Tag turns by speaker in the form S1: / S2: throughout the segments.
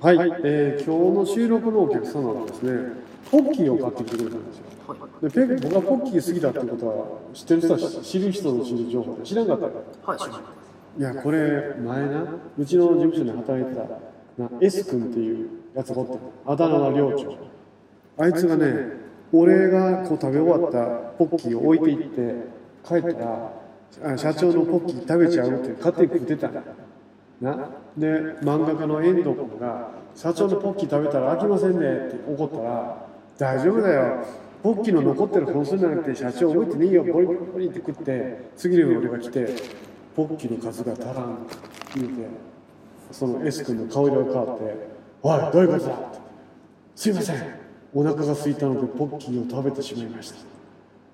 S1: はい、えー今日の収録のお客様はですね、ポッキーを買ってきてくれたんですよ。でペ僕がポッキー好きだってことは知ってる人は知る人の知る情報で知らなかったから
S2: はい、知らないで
S1: いやこれ前なうちの事務所に働いてたな S 君っていうやつがおってあだ名は寮長あいつがね俺がこう食べ終わったポッキーを置いていって帰ったらあ社長のポッキー食べちゃうって勝手に食ってたんだなで漫画家の遠藤君が「社長のポッキー食べたら飽きませんね」って怒ったら「大丈夫だよポッキーの残ってる本数じゃなくて社長覚えてねえよボリボリボリって食って次の日俺が来てポッキーの数が足らんって言うてその S 君の顔色が変わって「おいどういうことだ?」って「すいませんお腹が空いたのでポッキーを食べてしまいました」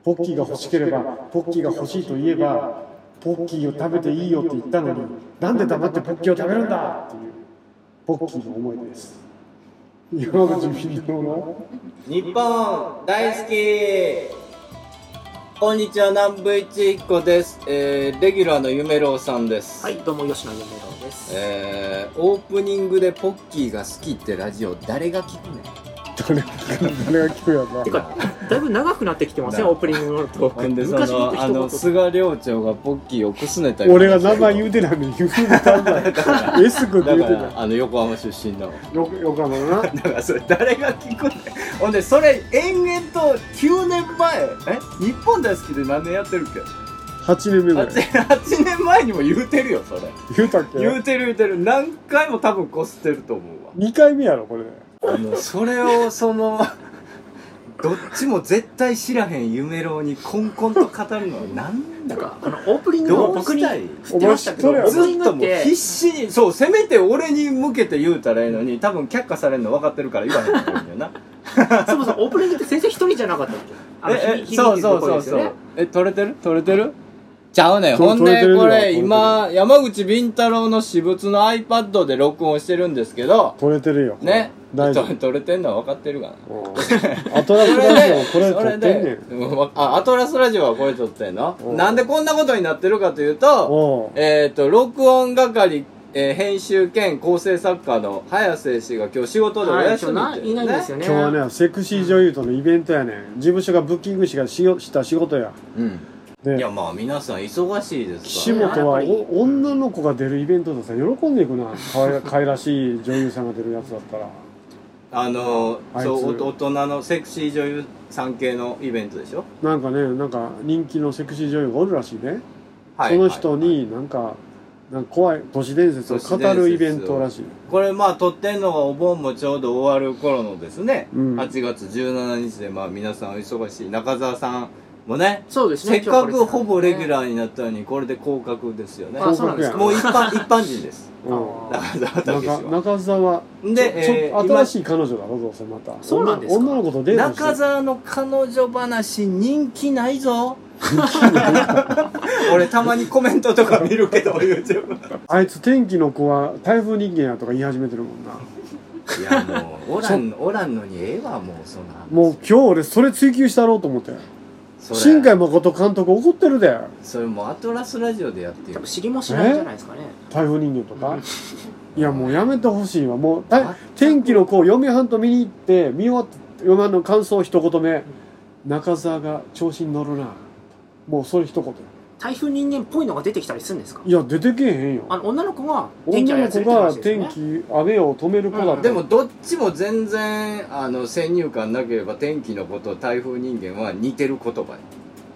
S1: ポッキーが欲しければポッキーが欲しいと言えばポッキーを食べていいよって言ったのになんで黙ってポッキーを食べるんだっていうポッキーの思いです山口みんなの
S3: 日本大好きこんにちは南部一彦です、えーレギュラーのゆめろうさんです
S2: す。はい、どうも吉野夢郎です。
S3: えーオープニングでポッキーが好きってラジオ誰が聞くねん
S1: 誰が聞く誰が聞くやんな
S2: てか、だいぶ長くなってきてません、
S3: な
S2: オープニングのト
S3: ほ
S2: ー
S3: ん
S2: ク。
S3: でそ
S2: 昔の
S3: のあの
S2: 一言。
S3: 菅寮長がポッキーをくすねたり
S1: 俺が名前言うてないのに言うてたんだよ S 君って
S3: だ
S1: 言うて
S3: か
S1: ない
S3: らあの横浜出身の
S1: よ横浜のな
S3: だからそれ誰が聞くねんほんでそれ延々と9年前え日本大好きで何年やってるっけ
S1: 8年目ぐらい
S3: 8, 8年前にも言うてるよそれ
S1: 言うたっけ
S3: 言うてる言うてる何回も多分こすってると思
S1: 2回目やろこれ
S3: うわあのそれをそのどっちも絶対知らへん夢郎にこんこんと語るのはなんだ
S2: なん
S3: か
S2: か、あの、オープニング
S3: ど
S2: の
S3: う
S2: 僕
S3: し
S2: に
S3: たい
S2: 振ってましたけど、オ
S1: お前
S2: ー
S1: 知
S2: プニ
S3: ず
S2: ン
S3: っ
S2: グ
S3: と
S2: っ
S3: もう
S2: て
S3: 必、死にそうせめて俺に向けて言うたらええのに多分却下されるの分かってるから言わへんと思うんだよな
S2: そもそもオープニングって先生一人じゃなかったっけあの、
S3: え
S2: ひ
S3: え
S2: ひ
S3: そう
S2: ひ
S3: そ
S2: の
S3: うそ
S2: 声
S3: う
S2: です
S3: そ
S2: よ
S3: う
S2: ね。
S3: え取れてる取れてるちゃうねん
S1: そう
S3: ほん
S1: 取れてる
S3: で
S1: よ
S3: こ
S1: 取れ
S3: れ
S1: てる
S3: 今山口敏太郎の私物の iPad で録音してるんですけど
S1: 取れてるよ
S3: ね
S1: 大丈夫
S3: と取れてんのは分かってるかな
S1: うんアトラ
S3: そ
S1: ス
S3: れ
S1: ラジオ
S3: で
S1: これ撮ってんねん
S3: それでうんわあアトラスラジオはこれ撮ってんの
S1: うん
S3: なんでこんなことになってるかというと
S1: お
S3: えっ、と録音係、えー編集兼構成作家の早瀬氏が今日仕事でお
S2: はい、
S3: 休
S2: ちょ
S3: み
S2: な
S3: って
S2: いないんですよね。
S1: 今日はねセクシー女優とのイベントやねん事務所がブッキングしがしよした仕事や
S3: うんい
S1: で
S3: やまあ皆さん忙しいです
S1: 岸
S3: から、
S1: 本
S3: ね、
S1: はお女の子が出るイベントでさ喜んでい くな可愛ら可愛らしい女優さんが出るやつだったら
S3: あの
S1: あいつ
S3: そうお大人のセクシー女優さん系のイベントでしょ
S1: なんかねなんか人気のセクシー女優がおるらしいね、
S3: はい
S1: その人
S3: はいはい
S1: になんかなんか怖い都市伝説を語るイベントらしい
S3: これまあ撮ってんのがお盆もちょうど終わる頃のですね、
S1: うん
S3: 8月17日でまあ皆さんお忙しい中澤さんもね
S2: そうです
S3: せ
S2: ね。
S3: っかくほぼレギュ
S2: ー。
S3: ラーになったのにこれで降格ですよね
S2: あ、そうなんですか。
S3: もう一般一般人です
S1: うん
S3: 中澤
S1: 中
S3: 武史は
S1: 中澤
S3: で、え
S1: ちょ
S3: ー、
S1: 新
S3: 今
S1: しい彼女だろどうせまた
S2: そうなんですか
S1: 女女の子とデートして
S3: 中澤の彼女話人気ないぞ 俺たまにコメントとか見るけど YouTube
S1: あいつ天気の子は台風人間やとか言い始めてるもんない
S3: やもうおらんおらんのにええわもうそんな
S1: もう今日俺それ追求したろうと思って
S3: それ
S1: 新海誠監督怒ってるで
S3: それもうアトラスラジオでやって
S2: 多
S3: よ
S2: 分知りもしないんじゃないですかね。
S1: 台風人間とかいやもうやめてほしいわもうた
S3: あ
S1: 天気の子を嫁はんと見に行って見終わって嫁はんの感想一言目中澤が調子に乗るなもうそれ一言
S2: 台風人間っぽいのが出てきたりするんですか
S1: いや出てけえへんよ
S2: あの、女の子が天気
S1: 女の
S2: 操れ
S1: 子
S2: てる話
S1: が
S2: ですよ
S1: 天
S2: ね。
S1: 気雨を止める子だった
S3: でもどっちも全然あの先入観なければ天気のこと台風人間は似てる言葉や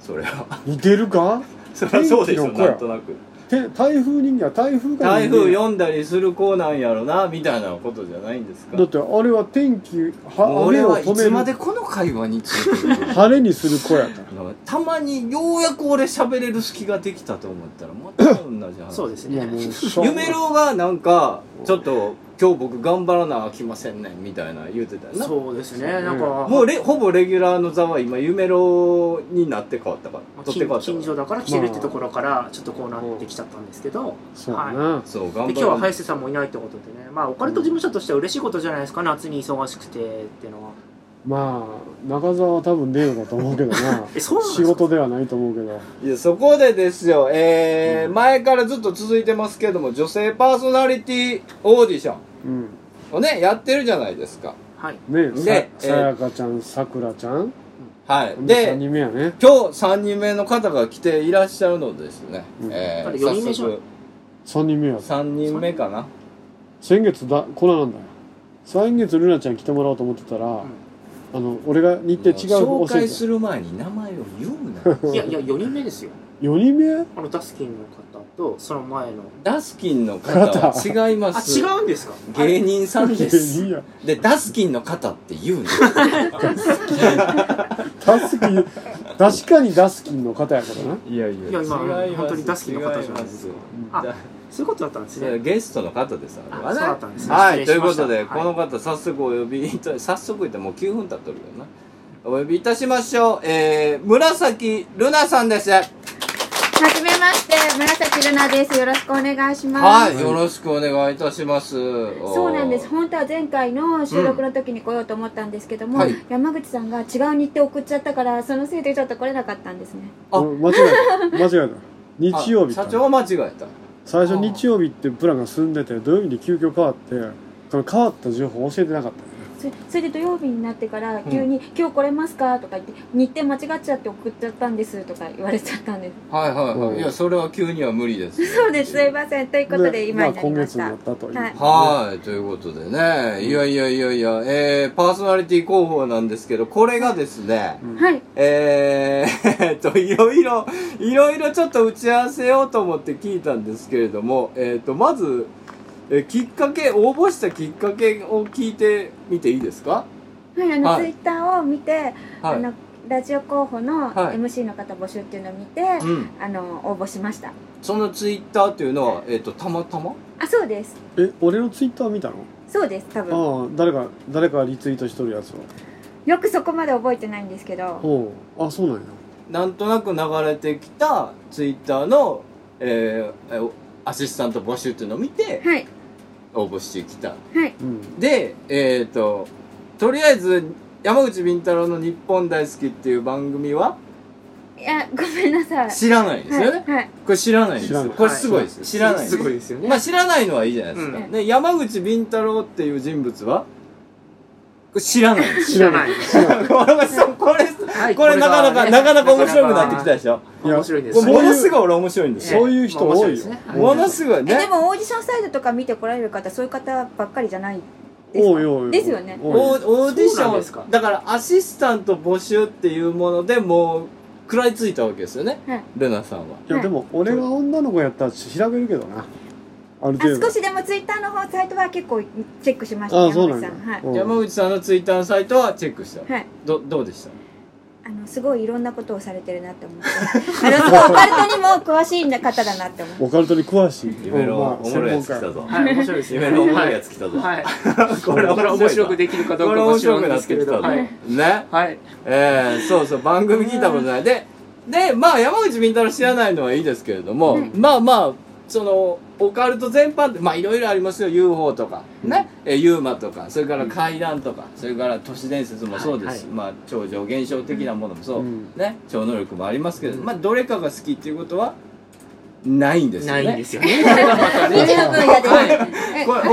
S3: それは
S1: 似てるか
S3: それはそうでしょ
S1: 天気の子や
S3: なんとなく
S1: て台風人間は台風が
S3: 台
S1: 人間
S3: 風読んだりする子なんやろなみたいなことじゃないんですか
S1: だってあれは天気は
S3: もう
S1: 雨
S3: 俺
S1: を
S3: はいつ
S1: 止
S3: ま
S1: め
S3: で
S1: る
S3: この会話についてる
S1: 晴れにする子やから
S3: のたまにようやく俺喋れる隙ができたと思ったらまた同じ話
S2: そうです
S1: いや
S2: ね。
S1: もう
S3: 夢郎がなんかちょっと今日僕頑張らなあきませんねみたいな言うてたよな
S2: そうですね。
S1: そう
S2: なんか、
S3: もうレほぼレギュラーの座は今夢郎になって変わったから取
S2: 近
S3: って変わった
S2: 近
S3: か
S2: 所だから来てるってところからちょっとこうなってきちゃったんですけど、
S1: そうやな、
S3: らそう
S2: で
S3: 頑
S2: 今日は
S3: 張
S2: 早
S3: る
S2: 瀬さんもいないってことでねまあオカルト事務所としては嬉しいことじゃないですか夏に忙しくてっていうのは
S1: まあ中澤は多分レオだと思うけどな
S2: えそうなんです
S1: 仕
S2: か
S1: 事ではないと思うけど
S3: いやそこでですよえー前からずっと続いてますけども女性パーソナリティオーディション
S1: うん
S3: をね、やってるじゃないですか。
S2: はい。
S1: ね
S3: で
S1: さ
S3: えー
S1: さやかちゃんさくらちゃん
S3: はい。
S1: 3
S3: で、
S1: 人目やね
S3: 今日3人目の方が来ていらっしゃるのですね。
S1: うん
S3: え
S2: あ
S3: ー、
S2: れ四人目
S3: 早
S2: じゃん
S3: 速、
S1: 3人目や
S3: 3人目かな。
S1: 先月だこらなんだよ先月ルナちゃん来てもらおうと思ってたら、あの俺が日程違う
S3: も
S1: の
S3: 紹
S1: 教え
S3: 介
S1: て
S3: する前に名前を言 うな。
S2: いやいや、4人目ですよ。
S1: 4人目
S2: あの、ダスキンの方と、その前の。
S3: ダスキンの方は違いま
S2: あ、
S3: す。
S2: 違うんですか
S3: 芸人さんです
S1: い。や
S3: で、ダスキンの方って言うね。
S1: ダスキン確かにダスキンの方やからない
S3: やい
S2: いや今本当にダスキンの方じゃないですかあ
S3: だ
S2: そういうことだったんです
S3: それは
S2: ね。
S3: ゲストの方ですあ
S2: あ、そう
S3: れはね
S2: だったんですね。
S3: はい、と
S2: 失礼
S3: いう
S2: しま
S3: こ
S2: した
S3: とで、
S2: はい
S3: この方早速お呼びいた早速言ってもう9分経っとるよなお呼びいたしましょうえー、紫ルナさんですは
S4: はじめまして、紫ルナです。よろしくお願いします。
S3: いよろしくお願いいたしますそ
S4: そうなんです。本当は前回の収録の時に来ようと思ったんですけども、
S3: はい
S4: 山口さんが違う日程送っちゃったから、そのせいでちょっと来れなかったんですね。
S3: あ
S1: うん間違えた間違えた日曜日か
S3: 社長は間違えた
S1: 最初日曜日ってプランが進んでて土曜日に急遽変わってその変わった情報を教えてなかった
S4: それそれで土曜日になってから、急に、今日来れますかとか言って、日程間違っちゃって送っちゃったんですとか言われちゃったんです。
S3: はいはいは
S1: うん
S3: いいやそれは急には無理です
S4: そうです。 すいません。ということで、今
S1: ま
S4: にな
S1: あ
S4: り
S1: 今
S4: ま
S1: 月
S4: し
S1: に
S4: た。
S1: なったという、
S4: はい
S3: はい、ということでね、いやいやいやいや、えー、パーソナリティ広報なんですけど、これがですね、
S1: うん
S4: はい。
S3: えー、え っと、いろいろ、いろいろちょっと打ち合わせようと思って聞いたんですけれども、えっ、と、まず、えーきっかけ、応募したきっかけを聞いてみていいですか
S4: はい、あの、
S3: はい
S4: ツイッターを見て、
S3: は
S4: あ
S3: い。
S4: の、ラジオ候補の
S3: はい
S4: MC の方募集っていうのを見て、
S3: うん。
S4: あの、応募しました。
S3: そのツイッターっていうのは、えっ、と、たまたま
S4: あ、そうです。
S1: え俺のツイッター見たの、
S4: そうです、多分。
S1: ああ誰か誰かがリツイートしとるやつを
S4: よくそこまで覚えてないんですけど
S1: おうあそうなんや
S3: なんとなく流れてきたツイッターの、えーえーアシスタント募集っていうのを見て、
S4: はい
S3: 応募してきた。
S4: はい
S1: うん
S3: で、えっ、と、とりあえず、山口敏太郎の日本大好きっていう番組はい
S4: やごめん なさい
S3: 知らないですよね。
S4: はい、はい、
S3: これ知らないんです
S1: 知ら
S3: よ。
S1: ない
S3: これすごいですよ。知らないです
S2: すごいですよね。
S3: まあ知らないのはいいじゃないですか。
S2: うん
S3: で、山口敏太郎っていう人物は、これ知らないん ですよ。
S2: 知らない。
S3: これそうこ
S2: は
S3: れ、
S2: い
S3: これなかな
S2: これが
S3: か、
S2: ね
S3: なかなか面白くなってきたでしょ。
S1: いや
S2: 面白いです
S3: これ
S1: そういう
S2: ね。
S3: ものすごい俺面白いんですよ。
S1: そういう人多いよ、
S2: まあ面白いですねはい
S3: ものすごい
S4: えで
S3: ね。
S4: もオーディションサイトとか見てこられる方そういう方ばっかりじゃないですか
S1: おいおいおい
S4: ですよね
S1: おい
S3: オーオーディシ
S2: そうなんです
S3: ョ
S2: か
S3: ン、だからアシスタント募集っていうものでもう、食らいついたわけですよね
S4: はい。
S3: ルナさんは。
S1: いやでも俺が女の子やったら調べるけどなある
S4: あ
S1: 程度
S4: 少しでもツイッターの方サイトは結構チェックしました
S1: あそうなんや
S4: 山口さんはい、
S1: うん
S3: 山口さんのツイッターのサイトはチェックした、
S4: はい
S3: どどうでした
S4: あのすごいいろんなことをされてるなって思って あのすごいオカルトにも詳しい方だなって思って
S1: オカルトに詳しい
S3: ぞ
S2: はい、面白いですよね。
S3: つ来たぞ
S2: はい。
S3: こ
S2: これ
S3: れ面
S2: 面白
S3: 白
S2: く
S3: く
S2: できるかど
S3: こ
S2: う
S3: れ
S2: かも
S3: 面
S2: 知らない
S3: 白く
S2: で
S3: なっ
S2: すけ
S3: て
S2: れ
S3: き
S2: ど。
S3: たぞ
S2: はい。
S3: ね
S2: はい。
S3: えー、そうそう番組聞いたことないででまあ山口み太郎知らないのはいいですけれども、
S4: うん
S3: まあまあそのオカルト全般ってまあいろいろありますよ UFO とかね、えーユーマとかそれから怪談とか、それから都市伝説もそうですし、まあ超常現象的なものもそう、
S1: うん
S3: ね超能力もありますけど、
S2: うん
S3: まあどれかが好きっていうことはないんですよ
S2: な
S3: ね
S2: いんですよね。これ がま た
S4: 未知の 分野で、
S3: こ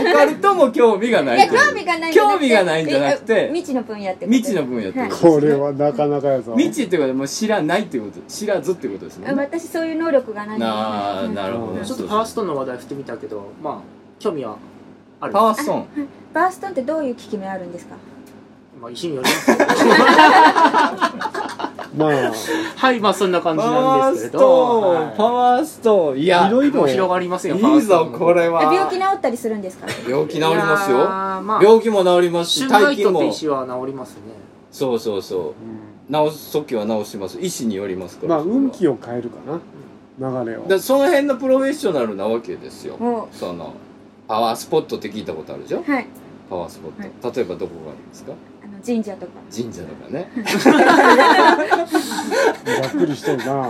S3: れオカルトも興味がないい
S4: や興味がないんじゃな
S3: 興
S4: くて
S3: 味がないんじゃなくて
S4: 未知の分野ってこと
S3: 未知の分野ってことですね
S1: これはなかなかやぞ
S3: 未知ってことはもう知らないってこと知らずってことですもんね
S4: 私そういう能力がないんで
S3: なあなるほど
S2: ちょっとパワーストーンの話題振ってみたけど、まあ、興味はある。
S3: パワーストーン
S4: バーストンってどういう効き目あるんですか
S2: まあ、石によりますけど
S1: ま あ
S2: はい、まあ、そんな感じ
S3: パ
S2: な
S3: ワ
S2: ん
S3: ー
S2: です
S3: ス
S2: け
S3: ト
S2: ど。
S3: ーンパ
S2: は
S3: ワーストーンいや
S1: いろ
S2: い
S1: ーン
S2: もう広がりますよ、
S3: いいぞこれ
S4: え
S3: は
S4: 病気治ったりするんですか
S3: 病気治ります
S2: いや
S3: よ
S2: ーまあ、
S3: 病気も治りますし
S2: 瞬
S3: 大
S2: 間
S3: 金
S2: 糸って
S3: も
S2: 石は治りますね。
S3: そうそうそうう治す時は治します医師によりますか
S1: ん
S3: ら
S1: まあ
S3: それは
S1: 運気を変えるかな流れを
S3: だからその辺のプロフェッショナルなわけですよ
S4: も
S3: そのパワースポットって聞いたことあるでしょ
S4: うはい
S3: パワースポット例えばどこがあるんですか
S4: あの神社とか
S3: 神社とかね
S1: ざっくりしとるな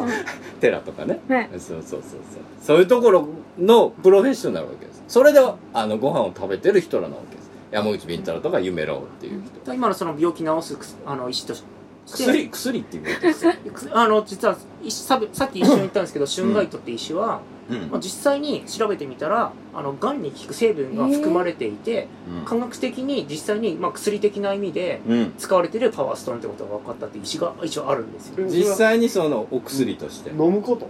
S3: 寺とかね
S4: はい
S3: そうそうそうそうそういうところのプロフェッショナルなわけですそれであのご飯を食べてる人らなわけです山口敏太郎とか夢郎っていう人
S2: 今のその病気治す薬あの石として
S3: 薬薬っていうことですよ
S2: あの実は石さぶさっき一緒に言ったんですけど春貝とって石は、まあ、実際に調べてみたらあのがんに効く成分が含まれていて、科学的に実際に、まあ、薬的な意味で
S5: うんうん
S2: 使われてるパワーストーンってことが分かったって石が一応あるんですよ
S3: 実際にそのお薬として
S1: 飲むこと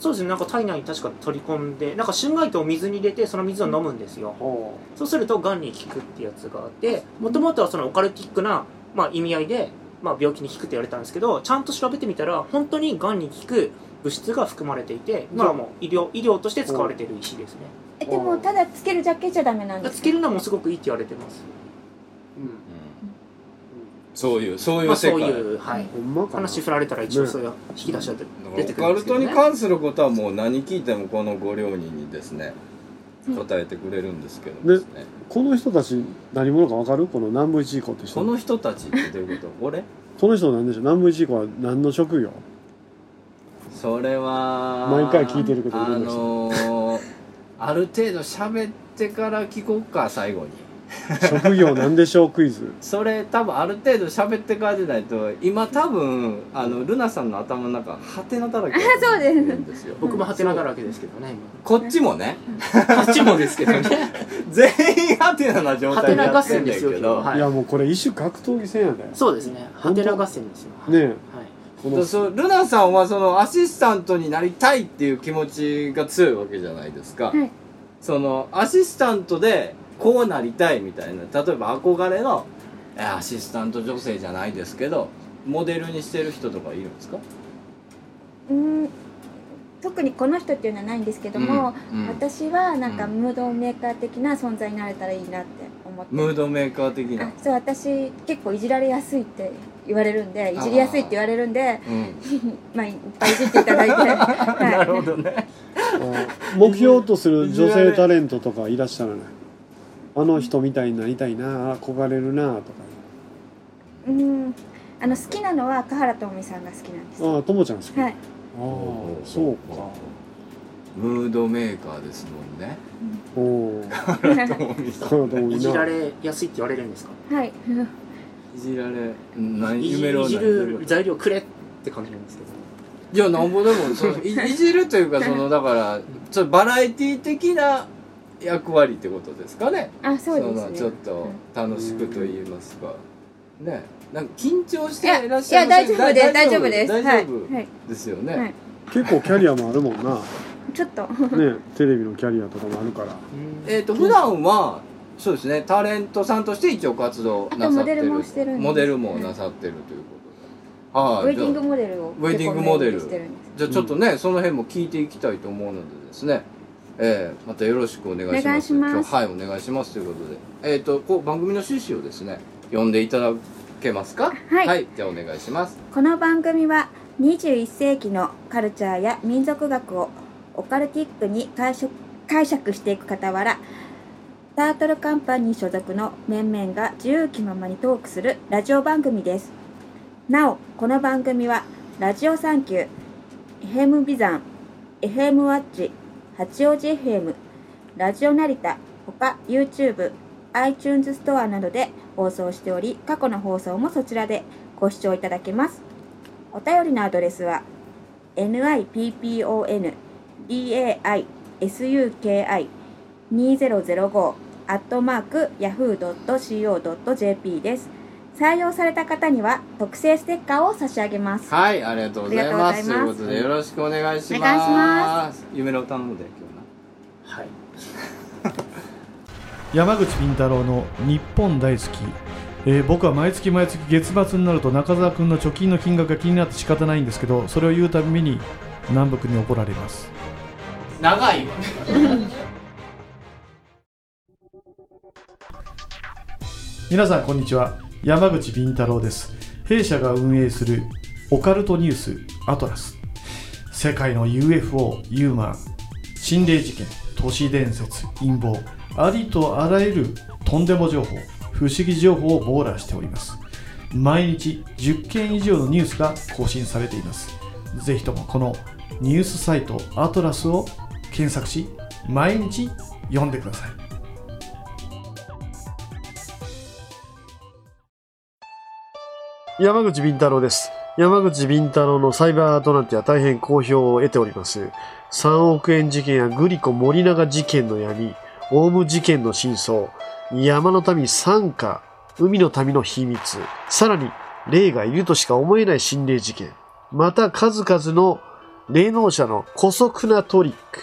S2: そうですねなんか体内に確か取り込んでなんか春外とを水に入れてその水を飲むんですよそうするとがんに効くってやつがあってもともとはそのオカルティックな、まあ、意味合いで、まあ、病気に効くって言われたんですけどちゃんと調べてみたら本当にがんに効く物質が含まれていて今はもう医療医療として使われている石ですね
S4: えでもただつけるだけじゃダメなんです
S2: つけるのもすごくいいって言われてます、
S1: うん
S3: そういうそうい
S2: ま
S3: う
S2: あ、
S3: 世
S2: そう
S3: 界、
S2: いう、はい、
S1: ほんまかな
S2: 話振られたら一応そういう引き出しは出出てくるんで
S3: オカル
S2: すけど、
S3: ト
S2: ね、
S3: に関することはもう何聞いてもこのご両人にですね答えてくれるんですけどですね
S1: この人たち何者かわかるこの南部一以降って人
S3: この人たちってどういうこと俺
S1: この人なんでしょう南部一以降は何の職業
S3: それは
S1: 毎回聞いてるけど
S3: あのー、 ある程度喋ってから聞こうか最後に
S1: 職業なんでしょうクイズ
S3: それ多分ある程度喋ってからじゃないと今多分あのルナさんの頭の中ハテナだらけ
S4: あ そうです
S3: なんですよ
S2: 僕もハテナだらけですけどね
S3: こっちもね
S2: 今こっちもですけどね
S3: 全員ハテナな状
S2: ハ
S3: 態
S2: テ
S3: に
S2: ナ
S3: な
S2: 合
S3: って
S2: 戦
S3: んだ
S2: で
S3: け
S2: すよ
S3: ど、
S2: 今はい
S1: いやもうこれ一種格闘技戦やで
S2: そうですねハテナ合戦ですよはい
S1: ね
S2: はい
S1: こ
S3: だ
S1: の
S3: そうルナさんはそのアシスタントになりたいっていう気持ちが強いわけじゃないですか、
S4: はい
S3: そのアシスタントでこうなりたいみたいな例えば憧れのえーアシスタント女性じゃないですけどモデルにしてる人とかいるんですか
S4: うん特にこの人っていうのはないんですけども、
S3: うんうん
S4: 私はなんか
S3: う
S4: ムードメーカー的な存在になれたらいいなって思って
S3: ムードメーカー的な
S4: あ、そう私結構いじられやすいって言われるんでいじりやすいって言われるんで
S3: うん、
S4: まあいっぱいいじっていただい て、
S3: なる
S4: は
S3: ほどね
S1: あ目標とする女性タレントとかいらっしゃらないあの人みたいになりたいな憧れるなとか
S4: い、うんあの好きなのは香原朋美さんが好きなんですは
S1: ああともちゃん好き、あ
S4: い、
S1: あそうか
S3: ムードメーカーですもんね
S1: おおそうだもん
S2: いじら
S1: な
S2: れやすいって言われるんですか
S4: はい、
S3: いじられ何
S2: いじ
S3: 夢の
S2: いじる材料くれって感じなんですけど
S3: いや、なんぼでも、そのい いじるというか、その、だから、ちょっとバラエティ的な役割ってことですかね。
S4: あそうです
S3: の
S4: ね
S3: ちょっと楽しくと言いますか。ね、なんか緊張し
S4: いや
S3: て
S4: い
S3: いらっしゃ
S4: や
S3: いませ
S4: 大
S3: ん
S4: 丈夫です
S3: だ
S4: 大
S3: 大
S4: 丈夫です
S3: 丈夫
S4: はい、はい、
S3: ですよね。
S4: はい
S1: 結構キャリアもあるもん な
S4: ちょっと
S1: ねテレビのキャリアとかもあるから
S3: えっ、と、普段は、そうですね、タレントさんとして一応活動
S4: あと
S3: なさってる。
S4: モデルもしてるんです
S3: モデルもなさってるということで。は
S4: ウェ
S3: い、
S4: イ
S3: じ
S4: ティング
S3: ゃあ、
S4: モデルを
S3: ウェイティングモデル
S4: 結構メインにしてるんです
S3: じゃあちょっとね、その辺も聞いていきたいと思うのでですね。えーまたよろしくお願いします
S4: お願いします
S3: 今日はいお願いしますということでえっ、とこう番組の趣旨をですね読んでいただけますか
S4: はい
S3: じゃあお願いします
S4: この番組は21世紀のカルチャーや民族学をオカルティックに解釈解釈していく傍らタートルカンパニー所属の面々が自由気ままにトークするラジオ番組ですなおこの番組はラジオサンキュー FM ビザン FM ワッチ八王子 FM ラジオ成田ほか YouTube iTunes ストアなどで放送しており過去の放送もそちらでご視聴いただけます。お便りのアドレスは nippon daisuki2005 アットマーク yahoo.co.jp です。採用された方には特製ステッカーを差し上げます。
S3: はいありがとうございます
S4: あ
S3: という
S4: りがと
S3: こ
S4: うございます
S3: とでよろしくお願いします
S4: お願いします
S3: 夢の頼むで今日な
S2: はい
S6: 山口敏太郎の日本大好き、えー僕は毎月毎月月末になると中澤君の貯金の金額が気になって仕方ないんですけどそれを言うたびに南北に怒られます
S3: 長いわ
S6: 皆さんこんにちは山口敏太郎です弊社が運営するオカルトニュースアトラス世界の UFO ユーマン心霊事件都市伝説陰謀ありとあらゆるとんでも情報不思議情報を網羅しております毎日10件以上のニュースが更新されていますぜひともこのニュースサイトアトラスを検索し毎日読んでください山口敏太郎です山口敏太郎のサイバーアトランティア大変好評を得ております。3億円事件やグリコ森永事件の闇、オウム事件の真相、山の民参加、海の民の秘密、さらに霊がいるとしか思えない心霊事件、また数々の霊能者の古速なトリック、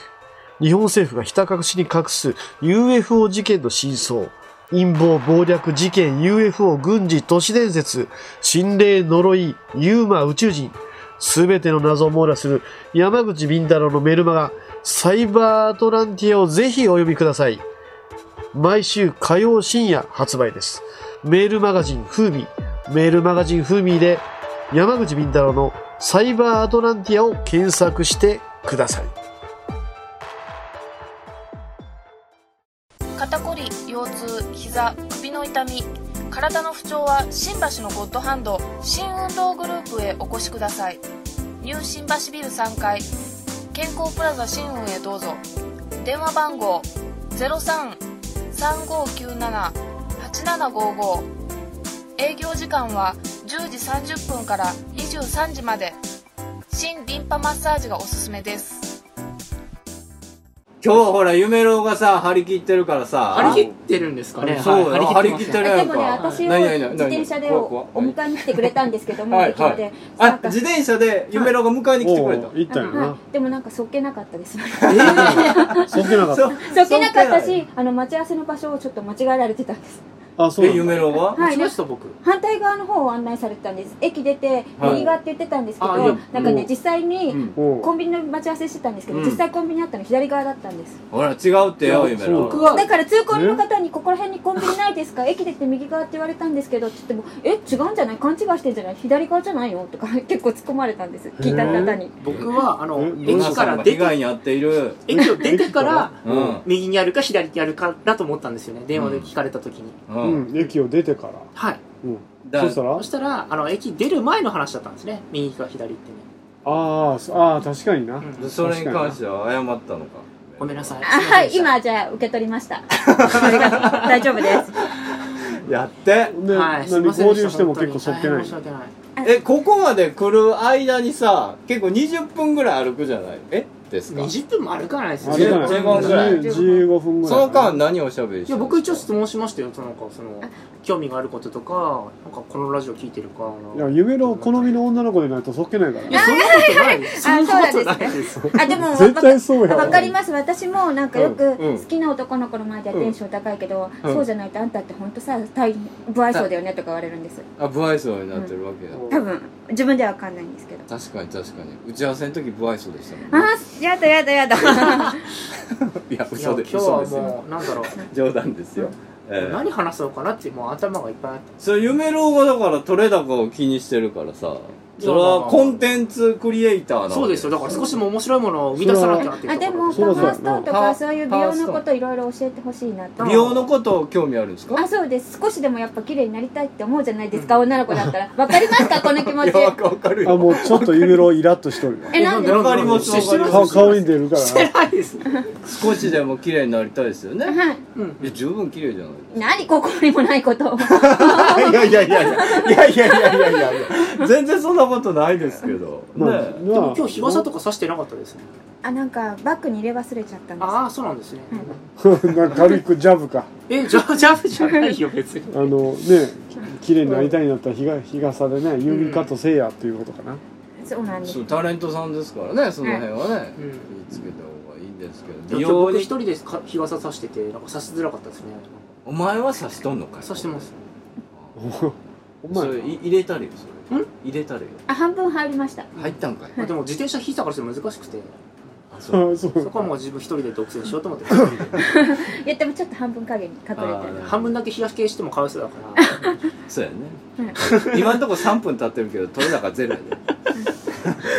S6: 日本政府がひた隠しに隠す UFO 事件の真相、陰謀、暴略、事件、UFO、軍事、都市伝説、心霊、呪い、ユーマ、宇宙人、すべての謎を網羅する山口敏太郎のメルマガ、サイバーアトランティアをぜひお読みください。毎週火曜深夜発売です。メールマガジンフーミー、メールマガジンフーミーで山口敏太郎のサイバーアトランティアを検索してください。
S5: 肩こり腰痛膝首の痛み体の不調は新橋のゴッドハンド新運動グループへお越しくださいニュー新橋ビル3階健康プラザ新運へどうぞ電話番号0335978755営業時間は10時30分から23時まで新リンパマッサージがおすすめです
S3: 今日はほら、夢郎がさ、張り切ってるからさ。
S2: 張り切ってるんですかね。
S3: そうよ
S2: はい
S3: 張り切って
S2: ま
S3: る
S2: すね
S3: や
S4: で
S3: ん
S4: もね
S3: か。
S4: 私を
S3: 何々
S4: 自
S3: 何々
S4: 転車で
S3: 怖
S4: お
S3: い怖い
S4: お迎えに来てくれたんですけども
S3: はい
S4: 駅までな
S3: あ
S4: ん、か
S3: 自転車で夢郎が迎えに来てくれた
S1: お。う行ったよ
S4: は
S1: な。
S4: い、でもなんかそっけなかったで すそ
S1: そっけなかった。
S3: う
S4: っけなかった
S3: そっけ
S4: しあの待ち合わせの場所をちょっと間違えられてたんです
S1: あ、そう
S3: ない。え、
S1: なんだ
S3: 夢郎が
S4: は
S2: 打
S4: い
S2: ちました、僕。
S4: 反対側の方を案内されてたんです駅出て
S3: はい
S4: 右側って言ってたんですけど、
S2: あいや
S4: なんかね
S1: うん
S4: 実際に
S3: うん
S1: おう
S4: コンビニの待ち合わせしてたんですけど、
S3: うん
S4: 実際コンビニあったの左側だったんです
S3: ほら、違うってよ、夢
S1: そう
S3: 郎。
S2: 僕は
S4: だから通行人の方に「ここら辺にコンビニないですか駅出て右側」って言われたんですけどって言っても「え違うんじゃない勘違いしてんじゃない左側じゃないの?」とか結構突っ込まれたんです聞いた方に
S2: 僕は、あの、
S1: え
S3: 皆
S2: 駅か
S3: さん
S2: ら
S3: が
S2: 出
S3: 被害
S2: て、
S3: に遭っている。
S2: 駅を出てから、
S3: うん。
S2: 右にやるか左にやるかだと思ったんですよね。電話で聞かれた時に。
S3: う。
S1: うんん、駅を出てから。
S2: はい。
S1: うん。
S3: だ
S1: そしたら
S2: そしたら、あの、駅出る前の話だったんですね。右か左ってね。
S1: あーそあー、確かにな
S2: う。ん
S3: それに関しては謝ったのか。
S2: ごめんなさい。
S4: あは
S2: すませんで
S4: い
S2: した
S4: 今じゃあ受け取りましたそれが大丈夫です
S3: やって。
S1: で、
S2: はい、すい
S1: 何
S2: ません
S1: 合
S2: でした
S1: 流しても結構そ
S2: 本
S1: っ
S2: 当
S1: け
S2: に
S1: ない
S2: 大変申し。訳ない。
S3: え、ここまで来る間にさ、結構20分ぐらい歩くじゃないえですか
S2: 20分も歩かないですよ。
S1: あれだね
S3: 15分ぐらい
S1: 15分ぐらい
S3: その間何をおしゃべりし
S2: い
S3: た
S2: や
S3: の
S2: 僕一応質問しましたよ。そのなんかその
S4: あ
S2: 興味があることとか、なんかこのラジオ聞いてるか。
S1: いや夢の好みの女の子でないとそっけないから
S2: いやそんなことない。そんなこと
S4: そうな
S2: なんい
S4: で
S2: です。
S4: あでも
S1: 絶対そうや
S4: わかり
S1: ま
S4: ます私もなんかよく
S3: うんうん
S4: 好きな男の子の前ではテンション高いけど、
S3: うん
S4: そうじゃないとあんたって本当さ大不愛想だよねとか言われるんです
S3: あ、不愛想になってるわけだ。
S4: 多分自分ではわかんないんですけど
S3: 確かに確かに。打ち合わせの時不愛想でしたもんね。
S4: あーやだやだやだ
S3: いや、
S2: いや
S3: 嘘
S2: 今
S3: で、
S2: 日
S3: 嘘
S2: は
S3: ですよ。
S2: もうなんだろう。
S3: 冗談ですよ。ええ
S2: 何話そうかなってもう頭がいっぱいあっ
S3: そう、夢郎がだから取れ高を気にしてるからさ、それはコンテンツクリエイターなわ
S2: た。
S3: け
S2: そうですよ。だから少しも面白いものを生み出さなきゃっていう
S4: あ
S2: と
S4: で
S2: こ
S4: も
S2: ろ
S4: パ
S1: そう
S4: ワ
S1: そう
S4: ーストーンと
S3: パワ
S4: か
S3: ー
S4: そういう美容のこといろいろ教えてほしいなと
S3: 美容のことを興味あるんですか
S4: あそうです少しでもやっぱ綺麗になりたいって思うじゃないですか、女の子だったらわかりますかこの気持
S3: い
S4: ち
S3: や、わかわかる
S1: あ
S3: よ。
S1: もうちょっと夢のイラッとしとるよ
S4: えなんで
S3: わかります
S2: してる
S3: わ
S1: 顔顔に出るか
S2: して
S1: ら
S2: ないです。
S3: 少しでも綺麗になりたいですよね。
S4: はい
S2: うん。
S3: いや、十分綺 麗じゃないですか
S4: 何心にもないことを
S3: いやいやいやいやいやいやいやいやいや全然そんなことないですけどね
S1: まあ
S3: え
S2: でも今日日傘
S1: と
S2: とか差してなかったですね。
S4: あなんかバッグに入れ忘れちゃったんです
S2: ああ、そうなんですね。
S1: 軽くジャブか
S2: え、ジャジャブじゃないよ、別に。
S1: あのね綺麗になりたいんだったら日が日傘でね指カットせいやっていうことかな
S4: そうなんです
S3: そうタレントさんですからねその辺はね
S2: うん
S3: 気をつけた方がいいんですけど
S2: 今
S3: 美
S2: 日
S3: 容
S2: 僕一
S3: に
S2: 人でか日傘差してて、なんか差しづらかったですね。
S3: お前は刺しとんのかい
S2: 差してます。
S1: お
S3: そ
S1: 前
S3: れい入れたりよそれ
S2: ん
S3: 入れたりよ
S4: あ半分入りました
S3: 入ったんかい
S2: まあでも自転車引いたからちょっと難しくて、
S3: あそう
S1: あそ
S2: そうこはもう自分一人で独占しようと思って、
S4: いやでもちょっと半分影に隠れて
S3: あー
S2: 半分だけ日焼けしてもかわいそうだから、
S3: そうやね今んとこ3分経ってるけど取れ高ゼロやで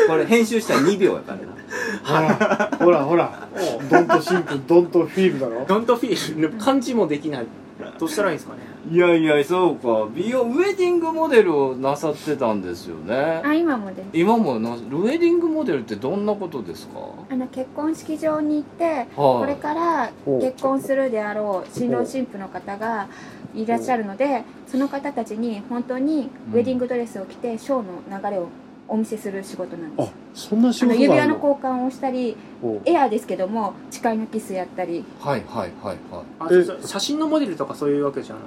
S3: これ編集したら2秒やからな
S1: ほらほらほらドンとシンクドンとフィールだろ
S2: ドントフィール、感じもできない。どうしたらいいんですかね。
S3: いやいやそうか美容ウェディングモデルをなさってたんですよね
S4: あ今もです
S3: 今もなウェディングモデルってどんなことですか
S4: あの結婚式場に行ってこれ
S3: はい
S4: から結婚するであろう新郎新婦の方がいらっしゃるのでその方たちに本当にウェディングドレスを着てショーの流れをお見せする仕事なんです
S1: あ
S4: よ
S1: そんな仕
S4: あの
S1: 事
S4: 指
S1: があ
S4: 輪
S1: る
S4: の
S1: の
S4: 交換をしたり
S1: おう
S4: エアーですけども誓いのキスやったり
S3: はいはいはいはい
S2: あ
S1: え
S2: そ写真のモデルとかそういうわけじゃない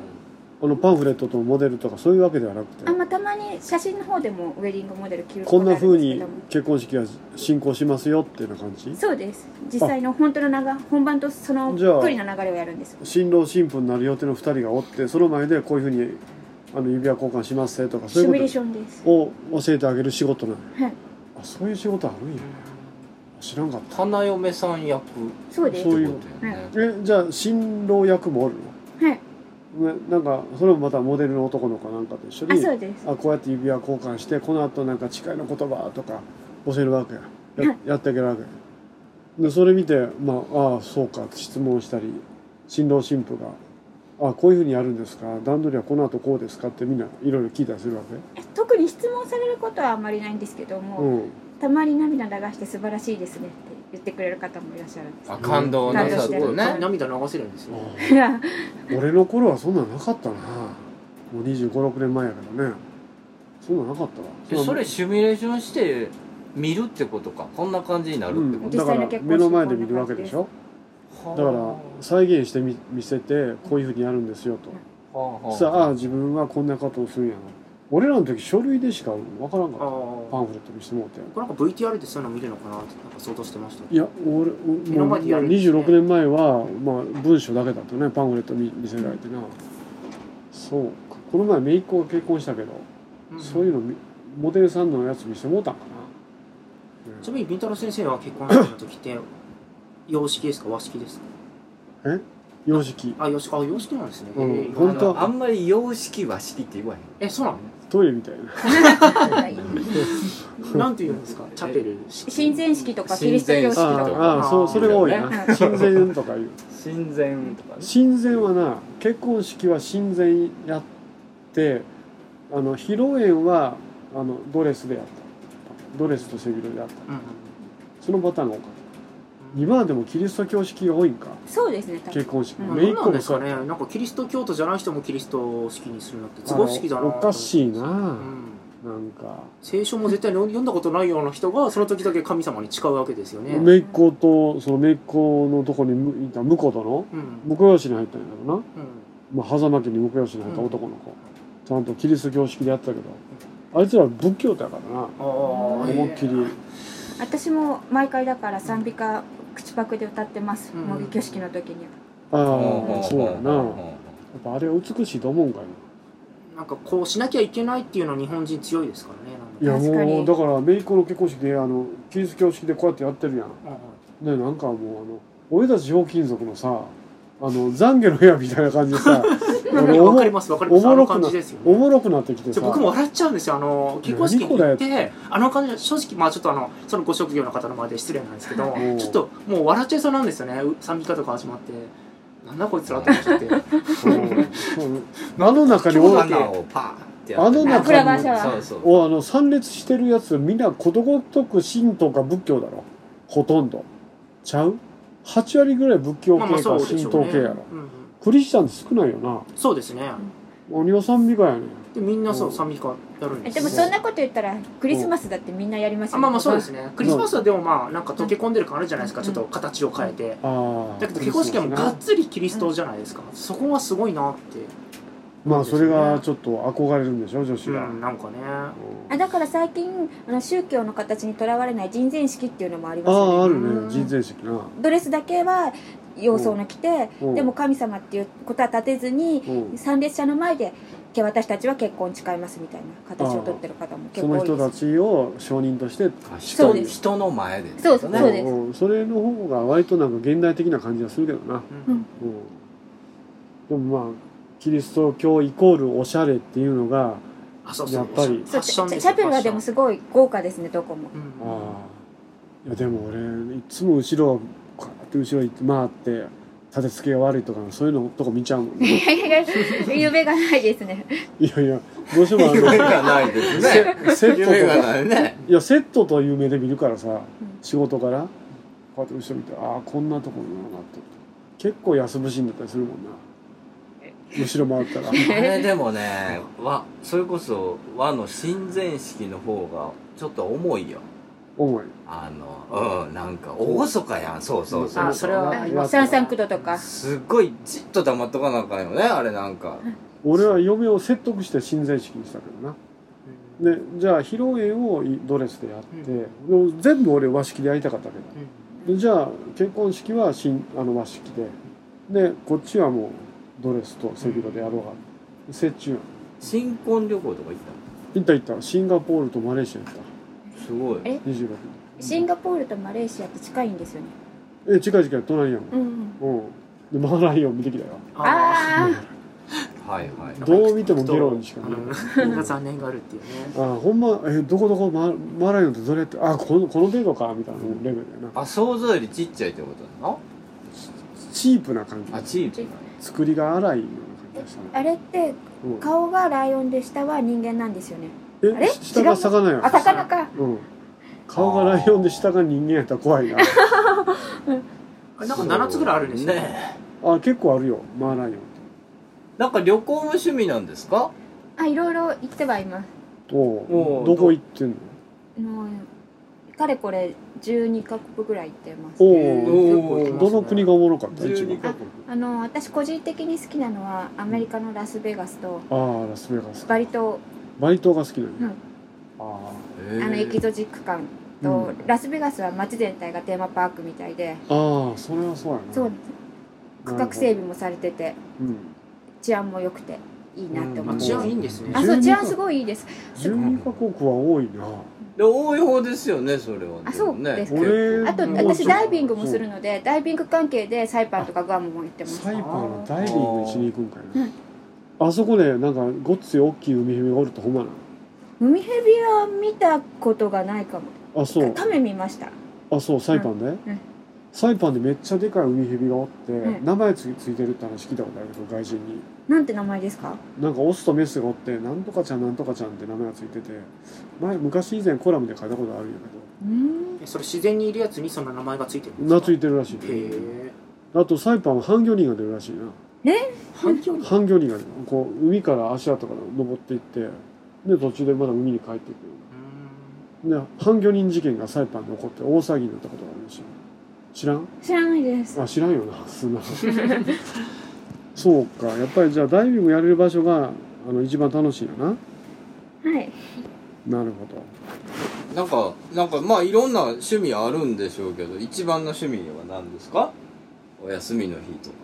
S1: あのパンフレットとモデルとかそういうわけではなくて
S4: あ、まあ、たまに写真の方でもウェディングモデル着る
S1: こんな
S4: ことあ
S1: 風
S4: るですけ
S1: に
S4: ども
S1: 結婚式は進行しますよっていうような感じ
S4: そうです実際の本当の流本番とその
S1: じゃあ
S4: 距離の流れをやるんです
S1: 新郎新婦になる予定の2人がおってその前でこういうふうにあの指輪交換しますねとかそ
S4: シミュ
S1: う
S4: レ
S1: い
S4: ー
S1: う
S4: ションです
S1: ことを教えてあげる仕事なの、
S4: はい
S1: あそういう仕事あるんや知らんかった
S3: 花嫁さん役って
S4: そうです
S1: そう
S3: こ
S1: い
S3: と
S1: う
S3: やね
S1: えじゃあ新郎役もおる
S4: はい
S1: の、ね、なんかそれもまたモデルの男の子なんかと一緒
S4: あ
S1: に
S4: そうです
S1: あこうやって指輪交換してこの後なんか誓いの言葉とか教えるわけやや,、
S4: はい
S1: やってあげるわけやでそれ見てまあああそうかって質問したり新郎新婦が「あこういうふうにやるんですか段取りはこの後こうですか」ってみんないろいろ聞いたりするわけ
S4: 特に質問されることはあまりないんですけども、
S1: うん
S4: たまに涙流して素晴らしいですねって言ってくれる方もいらっしゃるんです
S3: あ感動なさって
S4: 感動して
S3: ね
S4: る
S2: 涙流せるんですよ
S1: あ
S4: いや
S1: あ俺の頃はそんなんなかったなもう2 5 6年前やからねそんなんなかったわ
S3: でそれシミュレーションして見るってことかこんな感じになるって
S1: うん、
S3: こと
S1: だから
S4: 実際の結婚式
S1: 目の前で見るわけでしょだ
S3: はあ
S1: から再現してみ見せてこういうふうにやるんですよと
S3: はあはあ
S1: さああ自分はこんなことをするんやな俺らの時書類でしか分からんか
S2: ああ
S1: ったパ
S2: こ
S1: ンフレット見してもらって
S2: れなんか VTR でそういうの見るのかなってなんか想像してました
S1: いや俺
S2: 目の
S1: もう
S2: 前でやるんですね
S1: 26年前は、まあ、文章だけだったねパンフレット見見せられてなそうかこの前姪っ子が結婚したけど、そういう
S2: の
S1: のみモデルさんのやつ見せてもらったんかな、
S2: ちなみにビンタロウ先生は結婚式の時って洋式ですか和式ですか
S1: 様式
S2: あ洋式あ洋式なんですね、
S1: うん
S2: えー
S1: 本当は
S3: あんまり様式和式って言わへん
S2: えそうなの
S1: トイレみたいな
S2: なんて言うんですかチャペル式
S4: 親善式とかキリスト教
S3: 親
S4: 式と
S3: 善式
S4: か
S1: ああそうそれが多いな、
S4: はい
S1: 親善とかいう
S3: 親善とかね
S1: 親善はな結婚式は親善やってあの披露宴はあのドレスでやったドレスと背広でやった
S2: うん
S1: そのパターンが多かった今はでもキリスト教式が多いんか
S4: そうですね多分
S1: 結婚式
S4: うん
S2: どう
S1: っ
S2: なんです
S1: そ
S2: か
S1: う
S2: ね
S1: やっ
S2: なんかキリスト教徒じゃない人もキリスト式にするのって
S1: た
S2: 都合式だ
S1: あ
S2: な
S1: のおかしいな、
S2: うん
S1: なんか
S2: 聖書も絶対に読んだことないような人がその時だけ神様に誓うわけですよね、
S1: 姪っ子とその姪っ子のとこに向いた婿殿
S2: うん
S1: 婿養子に入ったんやろな、
S2: うん
S1: まあ、狭間家に婿養子に入った男の子、ちゃんとキリスト教式でやってたけどあいつら仏教だからな
S2: ああ
S1: 思いっきり
S4: 私も毎回だから賛美歌口パクで歌ってます
S2: うん
S4: 模擬挙式の時には
S1: ああそうやなや
S3: ん
S1: っぱあれは美しいと思うんかい
S2: なんかこうしなきゃいけないっていうのは日本人強いですから
S1: いや
S2: ね
S4: 確かに
S1: もうだから姪っ子の結婚式であのキリスト教式でこうやってやってるやん
S2: なんか
S1: ねなんかもうあの俺たちひょうきん族のさあの懺悔の部屋みたいな感じでさ俺お
S2: わ
S1: も
S2: かりますわかります
S1: お
S2: あ
S1: も
S2: の
S1: ろくな
S2: 感じですよ
S1: お
S2: ね
S1: もろくなってきて
S2: ち
S1: さ
S2: ょ僕も笑っちゃうんですよあの結婚式に行っ
S1: 何
S2: てあの感じ正直まあちょっとあのそのご職業の方の前で失礼なんですけど
S1: うん
S2: ちょっともう笑っちゃいそうなんですよねう賛美歌とか始まってなんだこいつらって思 っちゃって
S1: うんそうあの中におあ
S2: 今日は
S3: 花をパーってやって
S1: の
S4: あフラワーシャ
S1: 中
S4: ワ
S1: に
S4: ー
S3: そうそう
S1: おあの参列してるやつみんなことごとく神道か仏教だろほとんどちゃう8割ぐらい仏教
S2: まあ
S1: 系
S2: ま
S1: か
S2: あそうでし
S1: 神
S2: ょう
S1: 道
S2: ね
S1: 系やろ、
S2: うんうん
S1: クリスチャンって少ないよな
S2: そうですね
S1: 何を賛美歌やねん
S2: でみんなそう
S1: うん
S2: 賛美歌やるん
S4: え
S2: です
S4: で
S2: よ
S4: もそんなこと言ったらクリスマスだってみんなやります
S2: あ
S4: よ
S2: まあまあそうですねクリスマスはでもまあなんか溶け込んでる感あるじゃないですかちょっと形を変えて
S1: ああ
S2: だけど結婚式はもうがっつりキリストじゃないですかそこはすごいなって
S1: まあそれがちょっと憧れるんでしょ女子
S2: う
S1: が、
S2: んなんかね
S4: あだから最近あの宗教の形にとらわれない人前式っていうのもあり
S1: あ
S4: ます
S1: あ
S4: よ
S1: あ
S4: ね
S1: るね人前式な
S4: ドレスだけは洋装の着て
S1: うん
S4: でも神様っていうことは立てずに
S1: うん
S4: 参列者の前でけ私たちは結婚誓いますみたいな形を取ってる方も結
S1: そ
S4: 構多
S1: の
S4: いです
S1: 人たちを承認として
S3: あ
S4: そう
S3: 人
S4: です
S3: 人の前で
S4: そうそう
S3: ね
S4: です
S1: んそれの方が割となんか現代的な感じがするけどな、
S2: うん
S1: うん、でもまあキリスト教イコールおしゃれっていうのが
S2: あそうそう
S1: やっぱり
S2: フ
S4: そ
S2: ァ
S4: う
S2: ッション
S4: チャ
S2: です
S4: チ
S2: よ
S4: ャペルはで
S2: ファッ
S4: も
S2: シ
S4: すごい豪華ですね どこも
S2: ョンうん
S1: ああいやでも俺いつも後ろこうやって後ろ行って回って立て付けが悪いとかそういうのとか見ちゃうもん、 ね、
S4: 夢がないですね
S1: いやいやどうしてもあ
S3: 夢
S1: の
S3: がないですね
S1: セット
S3: 夢
S1: と
S3: が
S1: か
S3: ないね
S1: いやセットという目で見るからさ、仕事からこうやって後ろ見てああこんなとこになって結構安節になったりするもんな後ろ回った ら
S3: あれでもね和それこそ和の親善式の方がちょっと重いよ
S1: 重い
S3: あのうんなんか厳かやんそうそうそう
S2: あそれは
S1: あ
S4: あ三々九度とか
S3: すっごいじっと黙っとかなあかんよねあれなん か
S1: 俺は嫁を説得して親善式にしたけどな
S2: うん
S1: でじゃあ披露宴をドレスでやって、もう全部俺和式でやりたかったけどでじゃあ結婚式は新あの和式ででこっちはもうドレスと背広でやろうが折衷やん
S3: 新婚旅行とか行っ
S1: 行った行ったシンガポールとマレーシア行った
S3: たのすごい
S4: え
S1: 26
S4: シンガポールとマレーシアって近いんですよね
S1: え近い近い隣やん
S4: うん
S1: うんでマーライオン見てきたよ
S2: あ
S4: ああ
S3: はいはい
S1: どう見てもゲロにしか
S2: あ
S1: 見えない
S2: うん みんな残念があるっていうね
S1: あほんまえどこどこママーライオンってどれやってあこのこの程度かみたいなレベルやな
S3: あ想像よりちっちゃいってことなの
S1: チープな感じ
S3: あチープ
S1: 作りが荒いような感じがした
S4: あ
S1: ね
S4: れって
S1: うん
S4: 顔がライオンで下は人間なんですよねあ
S1: え
S4: れ
S1: 下が魚や
S4: あ魚か
S1: うん顔がライオンで下が人間やったら怖いな
S2: あれなんか7つぐらいあるんですよね
S3: ね
S1: あ結構あるよマーライオンって
S3: なんか旅行も趣味なんですか
S4: あいろいろ行ってはいます
S1: おお
S3: おう
S1: どこ行ってんの
S4: もうかれこれ12カ国ぐらい行ってます
S1: おお
S3: お
S1: どの国がおもろかった一番
S3: 12カ国
S4: あの私個人的に好きなのはアメリカのラスベガスと
S1: ああラスベガス
S4: バリ島
S1: バリ島が好きなの、
S4: うん
S1: あ
S3: へー
S4: あのエキゾチック感と、ラスベガスは街全体がテーマパークみたいで、
S1: あああそれはそうやな
S4: そう区画整備
S1: も、
S4: もされてて
S1: うん、
S4: 治安も良くていいなって思
S2: あ
S4: って、
S2: 治安いいんですね
S4: あそう治安すごいいいです
S1: 12カ国は多いな
S3: で多い方ですよねそれは
S4: あそうですか
S3: 結
S1: 俺
S4: あと
S1: も
S4: 私ダイビングもするのでダイビング関係でサイパンとかグアムも行ってます
S1: サイパンはダイビングしに行くんかいなあそこでなんかごっつい大きい海蛇がおるとほんまな
S4: 海蛇は見たことがないかも
S1: のあそう
S4: カメ見ました
S1: あそうサイパンで、
S4: ん
S1: サイパンでめっちゃでかい海蛇がおって、
S4: ん
S1: 名前つついてるって話聞いたことあるけど外人に
S4: なんて名前ですか
S1: なんかオスとメスがおってなんとかちゃんなんとかちゃんって名前がついてて前昔以前コラムで書いたことあるんやけ
S4: うーん
S2: えそれ自然にいるやつにそんな名前がついてるん
S1: どな
S2: ですか
S1: ついてるらしい
S2: へえ
S1: あとサイパンは半魚人が出るらしいな
S2: 反響
S1: 半魚人が出るこう海から足跡から登っていってで途中でまだ海に帰ってくるで半魚人事件がサイパンで起こって大騒ぎになったことがあるらしい知らん
S4: 知らないです
S1: あ知らんよなそんな そうかやっぱりじゃあダイビングやれる場所があの一番楽しいよな
S4: はい
S1: なるほど
S3: 構なんかなんかまあいろんな趣味あるんでしょうけど一番の趣味は何ですかお休みの日とか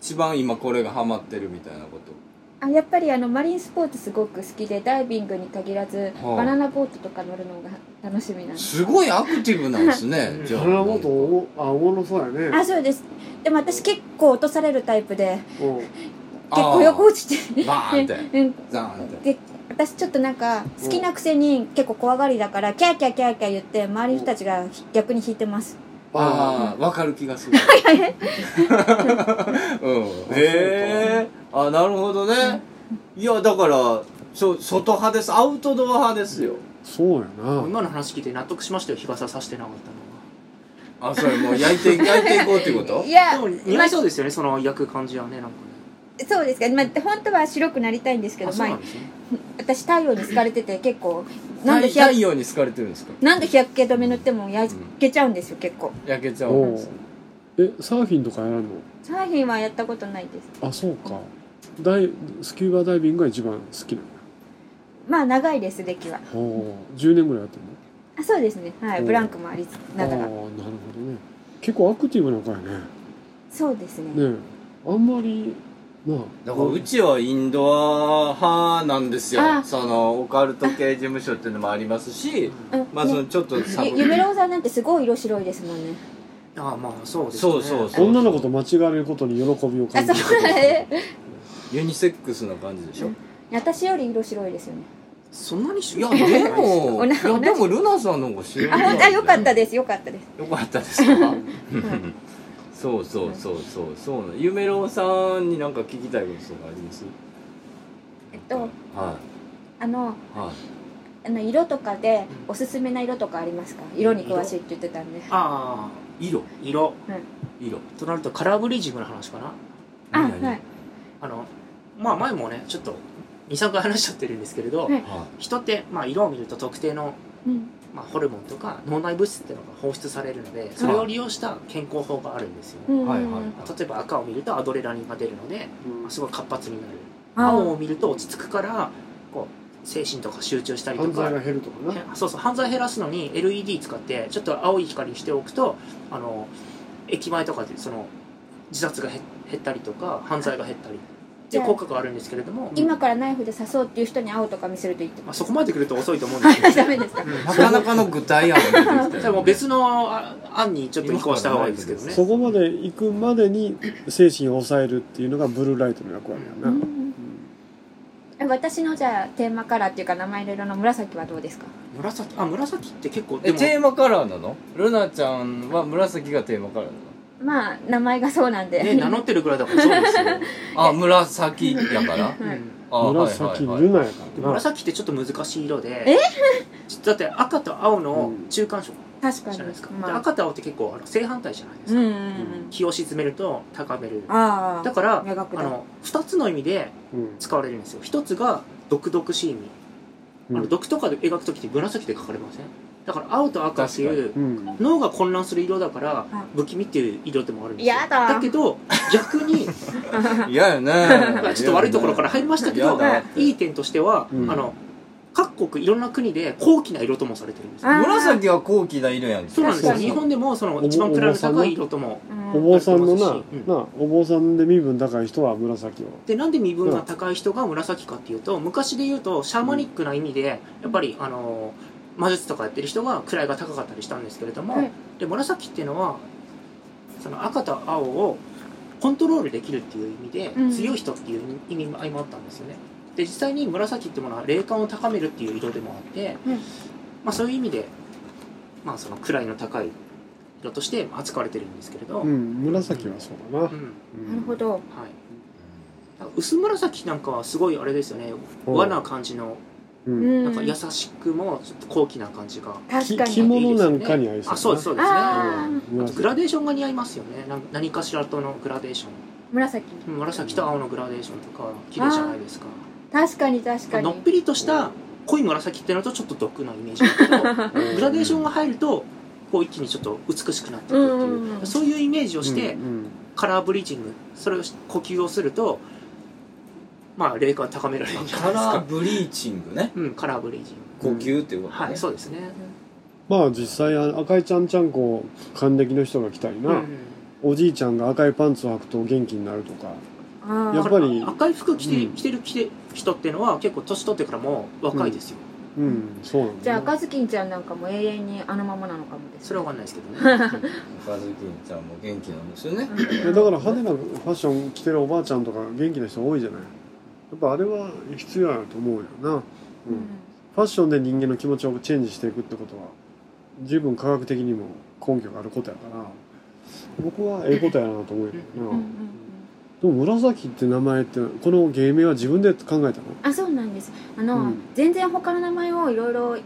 S3: 一番今これがハマってるみたいなこと
S4: あやっぱりあのマリンスポーツすごく好きでダイビングに限らず、
S3: はあ
S4: バナナボートとか乗るのが楽しみなんです
S3: すごいアクティブなんですねじゃあ
S1: それはもっとおもあおもろそうやね
S4: あそうですでも私結構落とされるタイプで
S1: うん
S4: 結構横落ちて
S3: バーンって
S4: うん
S3: ザーンって
S4: で私ちょっとなんか好きなくせに結構怖がりだからキャーキャーキャーキャー言って周りの人たちが逆に引いてます
S3: ああわかる気がする うんへえあなるほどねいやだからそ外派ですアウトドア派ですよ
S1: そうやな
S2: 今の話聞いて納得しましたよ日傘さしてなかった
S3: あそれもう焼いて焼いていこうってこと
S4: いや
S2: のがでも似合いそうですよねその焼く感じはねなんかね
S4: そうですか、まあ、本当は白くなりたいんですけど、
S2: あそうな
S4: まあ
S2: ん、ですね
S4: 私太陽に疲れてて結構なん
S3: 太
S4: で日焼
S3: 太
S4: け
S3: 陽に好かれてるんですか
S4: なんで日焼け止め塗っても焼けちゃうんですよ結構
S3: 焼けちゃう
S1: お
S3: ん
S1: う
S3: です
S1: えサーフィンとかやらんの
S4: サーフィンはやったことないです
S1: あそうかダイスキューバダイビングが一番好きなんだ
S4: まあ長いです歴は
S1: おう10年ぐらいやってるの
S4: あそうですねはい
S1: お
S4: ブランクもありなが
S1: ああ
S4: ら
S1: ーなるほどね結構アクティブなんかやね
S4: そうですね
S1: ねえあんまりなあ
S3: だからうちはインドア派なんですよ
S4: あ
S3: そのオカルト系事務所っていうのもありますし
S4: うん
S3: まあそ
S4: ね
S3: のちょっとサブ
S4: ゆ夢郎さんなんてすごい色白いですもんね
S2: ああまあそうですね
S3: そうそうそう
S1: 女の子と間違われることに喜びを
S4: あ
S1: 感じ
S4: そ
S1: る
S4: うね
S3: ユニセックスな感じでしょ
S4: 私より色白いですよね
S2: そんなに
S3: いやでも
S4: 同
S3: い
S4: じ
S3: やでもルナさんの方が知ら
S4: あ
S3: ない
S4: 本当あよかったですよかったです
S3: よ かったですかうんそうそうそうそうそうなのゆめろうさんになんか聞きたいこととかあります
S4: えっと
S3: は
S4: あの
S3: いはい
S4: あの色とかでおすすめな色とかありますか色に詳しいって言ってたんで
S2: ああ
S3: 色
S2: 色
S3: 色
S2: となるとカラーブリージングの話かな
S4: あ
S3: 何
S4: はい
S3: 何
S2: あのまあ前もねちょっと23回話しちゃってるんですけれど、
S4: はい
S7: は
S2: 人って、まあ、色を見ると特定の、
S4: うん
S2: まあ、ホルモンとか脳内物質っていうのが放出されるのでそれを利用した健康法があるんですよ、
S4: うん
S7: はいはい
S2: 例えば赤を見るとアドレナリンが出るので、まあすごい活発になる青
S4: 青
S2: を見ると落ち着くからこう精神とか集中したりと
S1: 犯
S2: か
S1: 罪が減るとかな
S2: へそうそう犯罪減らすのに LED 使ってちょっと青い光にしておくとあの駅前とかでその自殺が減減ったりとか犯罪が減ったりっていう効果があるんですけれども、
S4: 今からナイフで刺そうっていう人に青とか見せるといいって
S2: ま
S4: こ
S2: あ、そこまで来ると遅いと思うんですけ
S4: と ダ
S2: ど
S4: メですか
S7: い。なかなかの具体案が出てきたよね
S2: じゃあもう別のあ案にちょっと移行した方がいいですけどね
S1: そこまで行くまでに精神を抑えるっていうのがブルーライトの役割やな、
S4: うんえ私のじゃあテーマカラーっていうか名前の色の紫はどうですか
S2: 紫あ紫って結構で
S7: え、
S2: も
S7: テーマカラーなのルナちゃんは紫がテーマカラーなの
S4: まあ名前がそうなんで、
S2: ね名乗ってるぐらいだからそうですよ、
S7: あ、紫やから
S4: はい
S2: うん
S7: あ、はいはい
S1: 紫
S7: は
S1: ル
S7: い。
S1: ナや
S2: で
S1: からな
S2: 紫ってちょっと難しい色で
S4: え
S2: ちょだって赤と青の中間色
S4: 確
S2: じ
S4: か
S2: ゃない
S4: に
S2: ですか、
S4: ま
S2: で
S4: あ
S2: 赤と青って結構あの正反対じゃないです
S4: うん
S2: か、
S4: うんうん
S2: 気を沈めると高める
S4: ああ
S2: だから
S4: 目がく
S2: あ
S4: だ
S2: の2つの意味で
S1: うん
S2: 使われるんですよ一つが毒々しい意味、
S1: うん
S2: あの毒とかで描く時って紫で描かれませんだから青と赤っていう
S1: うん
S2: 脳が混乱する色だから
S4: あ
S2: 不気味っていう色でもあるんですよ
S4: やだ
S2: けど逆 に
S7: 嫌やね。
S2: ちょっと悪いところから入りましたけど
S7: 嫌だ
S2: いい点としては、
S1: うん
S2: あの各国いろんな国で高貴な色ともされてるんですよ
S4: あー
S7: 紫は高貴な色やん。
S2: そうなんですよ
S4: 確かに
S2: 日本でもその一番位の高い色とも
S4: う
S1: お
S4: ん
S1: 坊さんのな,、
S2: うん
S1: なお坊さんで身分高い人は紫を
S2: でなんで身分が高い人が紫かっていうと昔で言うとシャーマニックな意味でやっぱりあの魔術とかやってる人が位が高かったりしたんですけれども、
S4: はい
S2: で紫っていうのはその赤と青をコントロールできるっていう意味で、
S4: うん
S2: 強い人っていう意味合いもあったんですよねで実際に紫っていうものは霊感を高めるっていう色でもあって、
S4: うん
S2: まあ、そういう意味で、まあ、その位の高い色として扱われてるんですけれど、
S1: うん紫はそうだな、
S2: うん
S1: うん
S4: なるほど
S2: はい、薄紫なんかはすごいあれですよね
S1: うん
S2: 和な感じの
S1: うん
S2: なんか優
S4: さ
S2: しくもちょっと高貴な感じが
S4: 確
S1: き
S4: か
S1: 着
S4: に
S1: 物なんかに合いそうだな
S2: あそうですそうですね
S4: あ
S1: うん
S2: あとグラデーションが似合いますよねなん何かしらとのグラデーショ
S4: 紫
S2: ン紫と青のグラデーションとか綺麗じゃないですか
S4: 確かに確かに
S2: のっぺりとした濃い紫ってのとちょっと毒なイメージだけどグラデーションが入るとこう一気にちょっと美しくなっていくっていう、
S4: うんうんうん
S2: そういうイメージをして、
S1: うんうん
S2: カラーブリーチングそれをし呼吸をするとまあ霊感高められるんじゃな
S7: カ
S2: いです
S7: ラー
S2: か
S7: ブリーチングね。
S2: うんカラーブリーチング
S7: 呼吸っていうこと
S2: はい、
S7: ね。
S2: そうですね。
S1: まあ実際あの赤いちゃんちゃんこ還暦の人が来たりな、
S2: うん
S1: おじいちゃんが赤いパンツを履くと元気になるとか
S4: あ
S1: やっ
S4: あ
S1: ぱり
S2: 赤い服着て,、
S1: うん
S2: 着てる着て人っていうのは結構年取ってからも若いですよ、
S1: うん、そうなんだ
S4: じゃあ赤ずきんちゃんなんかも永遠にあのままなのかもです
S2: それはわかんないですけどね
S7: 赤ずきんちゃんも元気なんですよね。
S1: いやだから派手なファッション着てるおばあちゃんとか元気な人多いじゃないやっぱあれは必要やと思うよな、うん
S4: うん
S1: ファッションで人間の気持ちをチェンジしていくってことは十分科学的にも根拠があることやから僕はええことやなと思うよな、
S4: うんうんうん
S1: でも紫って名前ってこの芸名は自分で考えたの
S4: あそうなんですあの、
S1: うん
S4: 全然他の名前をいろいろ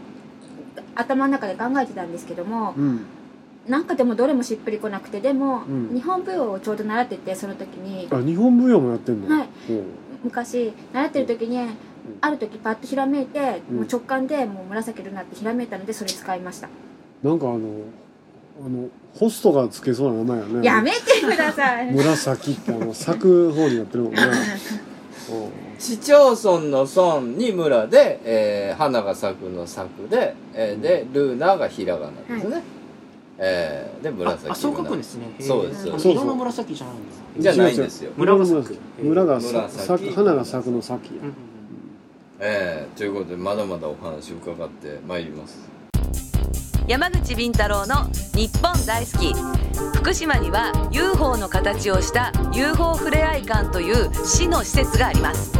S4: 頭の中で考えてたんですけども
S1: うん
S4: なんかでもどれもしっくりこなくてでも、
S1: うん
S4: 日本舞踊をちょうど習っててその時に
S1: あ日本舞踊もやってんの、
S4: はい
S1: おう
S4: 昔習ってる時に、ある時パッとひらめいて、
S1: うん
S4: もう直感でもう紫色になってひらめいたのでそれ使いました、
S1: なんかあのあのホストがつけそうな名前やね
S4: やめてください
S1: 紫ってあの咲く方にやってるもん ねおう
S7: 市町村の村に村で、えー花が咲くの咲くで、えーで、ルーナがひらがなですね。えーで、
S2: あ
S7: 紫
S2: あそう書
S7: 色
S2: くん
S7: な
S2: ですね
S7: そうです
S2: へー
S1: そうそう
S2: 色の紫じゃないんです
S7: じゃないんですよ。
S2: 村が咲く
S1: 村が
S7: 村が咲く
S1: 咲く花が咲くの咲き
S2: うんうん
S7: えーということで、まだまだお話伺ってまいります。
S8: 山口敏太郎の日本大好き福島には UFO の形をした UFO ふれあい館という市の施設があります